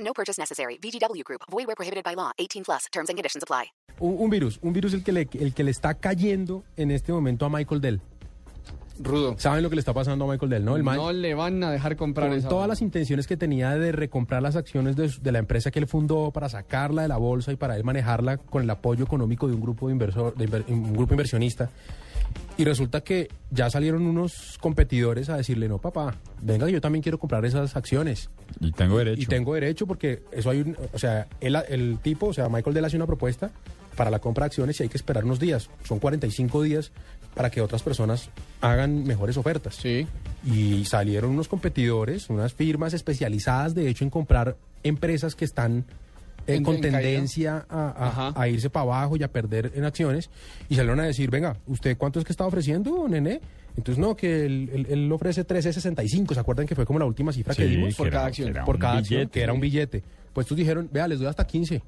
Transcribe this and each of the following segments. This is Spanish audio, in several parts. No purchase necessary. VGW Group. Void where prohibited by law. 18 plus. Terms and conditions apply. Un, un virus, un virus el que, le, el que le está cayendo en este momento a Michael Dell. Rudo. ¿Saben lo que le está pasando a Michael Dell, no? El man, No le van a dejar comprar con esa. todas las intenciones que tenía de recomprar las acciones de, su- de la empresa que él fundó para sacarla de la bolsa y para él manejarla con el apoyo económico de un grupo de inversor, de inver- un grupo inversionista. Y resulta que ya salieron unos competidores a decirle, no, papá, venga, yo también quiero comprar esas acciones. Y tengo derecho. Y tengo derecho porque eso hay un, o sea, el, el tipo, o sea, Michael Dell hace una propuesta para la compra de acciones y hay que esperar unos días. Son 45 días para que otras personas hagan mejores ofertas. Sí. Y salieron unos competidores, unas firmas especializadas, de hecho, en comprar empresas que están eh, En- con en caída. tendencia a, a- Ajá. a irse para abajo y a perder en acciones. Y salieron a decir, venga, ¿usted cuánto es que está ofreciendo, nene? Entonces, no, que él, él- él ofrece 13.65. ¿Se acuerdan que fue como la última cifra que Sí, dimos? por cada acción, era por un cada acción, billete. que era un billete. Pues estos dijeron, vea, les doy hasta 15,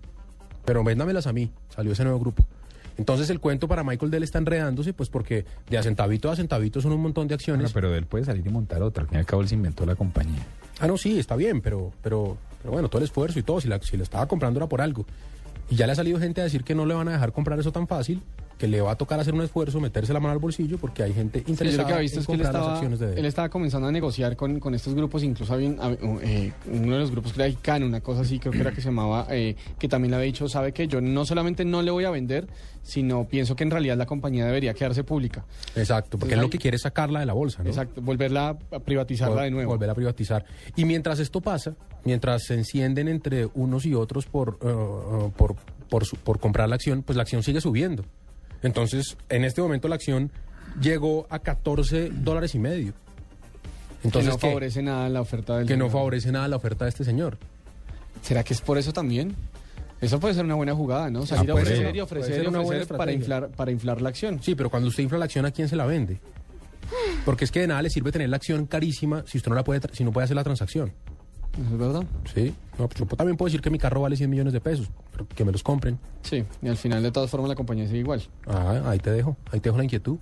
pero véndamelas a mí. Salió ese nuevo grupo. Entonces el cuento para Michael Dell está enredándose, pues porque de a centavito a centavito son un montón de Bueno, acciones. Ah, pero de él puede salir y montar otra. Al fin y al cabo él se inventó la compañía. Ah, no, sí, está bien, pero, pero, pero bueno, todo el esfuerzo y todo, si la, si la estaba comprando era por algo. Y ya le ha salido gente a decir que no le van a dejar comprar eso tan fácil, que le va a tocar hacer un esfuerzo, meterse la mano al bolsillo, porque hay gente Sí, yo interesada lo que había visto en es que él comprar las estaba, acciones de Dell. él estaba comenzando a negociar con, con estos grupos, incluso había un- hab- un- eh, uno de los grupos que era ICANN, una cosa así, creo que era que se llamaba, eh, que también le había dicho, sabe que yo no solamente no le voy a vender, sino pienso que en realidad la compañía debería quedarse pública. Exacto, porque Entonces él lo hay- que quiere es sacarla de la bolsa, ¿no? Exacto, volverla a privatizarla Vol- de nuevo. Volver a privatizar. Y mientras esto pasa, mientras se encienden entre unos y otros por, eh, eh, por, por, su- por comprar la acción, pues la acción sigue subiendo. Entonces, en este momento la acción llegó a 14 dólares y medio. Entonces, Entonces, no que- favorece nada la oferta del que no gobierno. favorece nada la oferta de este señor. ¿Será que es por eso también? Eso puede ser una buena jugada, ¿no? Salir a puede ofrecer ser. y Ah, Puede ofrecer ser y una buena ofrecer para estrategia. inflar, para inflar la acción. Sí, pero cuando usted infla la acción, ¿a quién se la vende? Porque es que de nada le sirve tener la acción carísima si usted no la puede, tra- si no puede hacer la transacción. ¿Eso ¿Es verdad? Sí. No, pues yo también puedo decir que mi carro vale 100 millones de pesos, pero que me los compren. Sí, y al final de todas formas la compañía sigue igual. Ah, ahí te dejo, ahí te dejo la inquietud.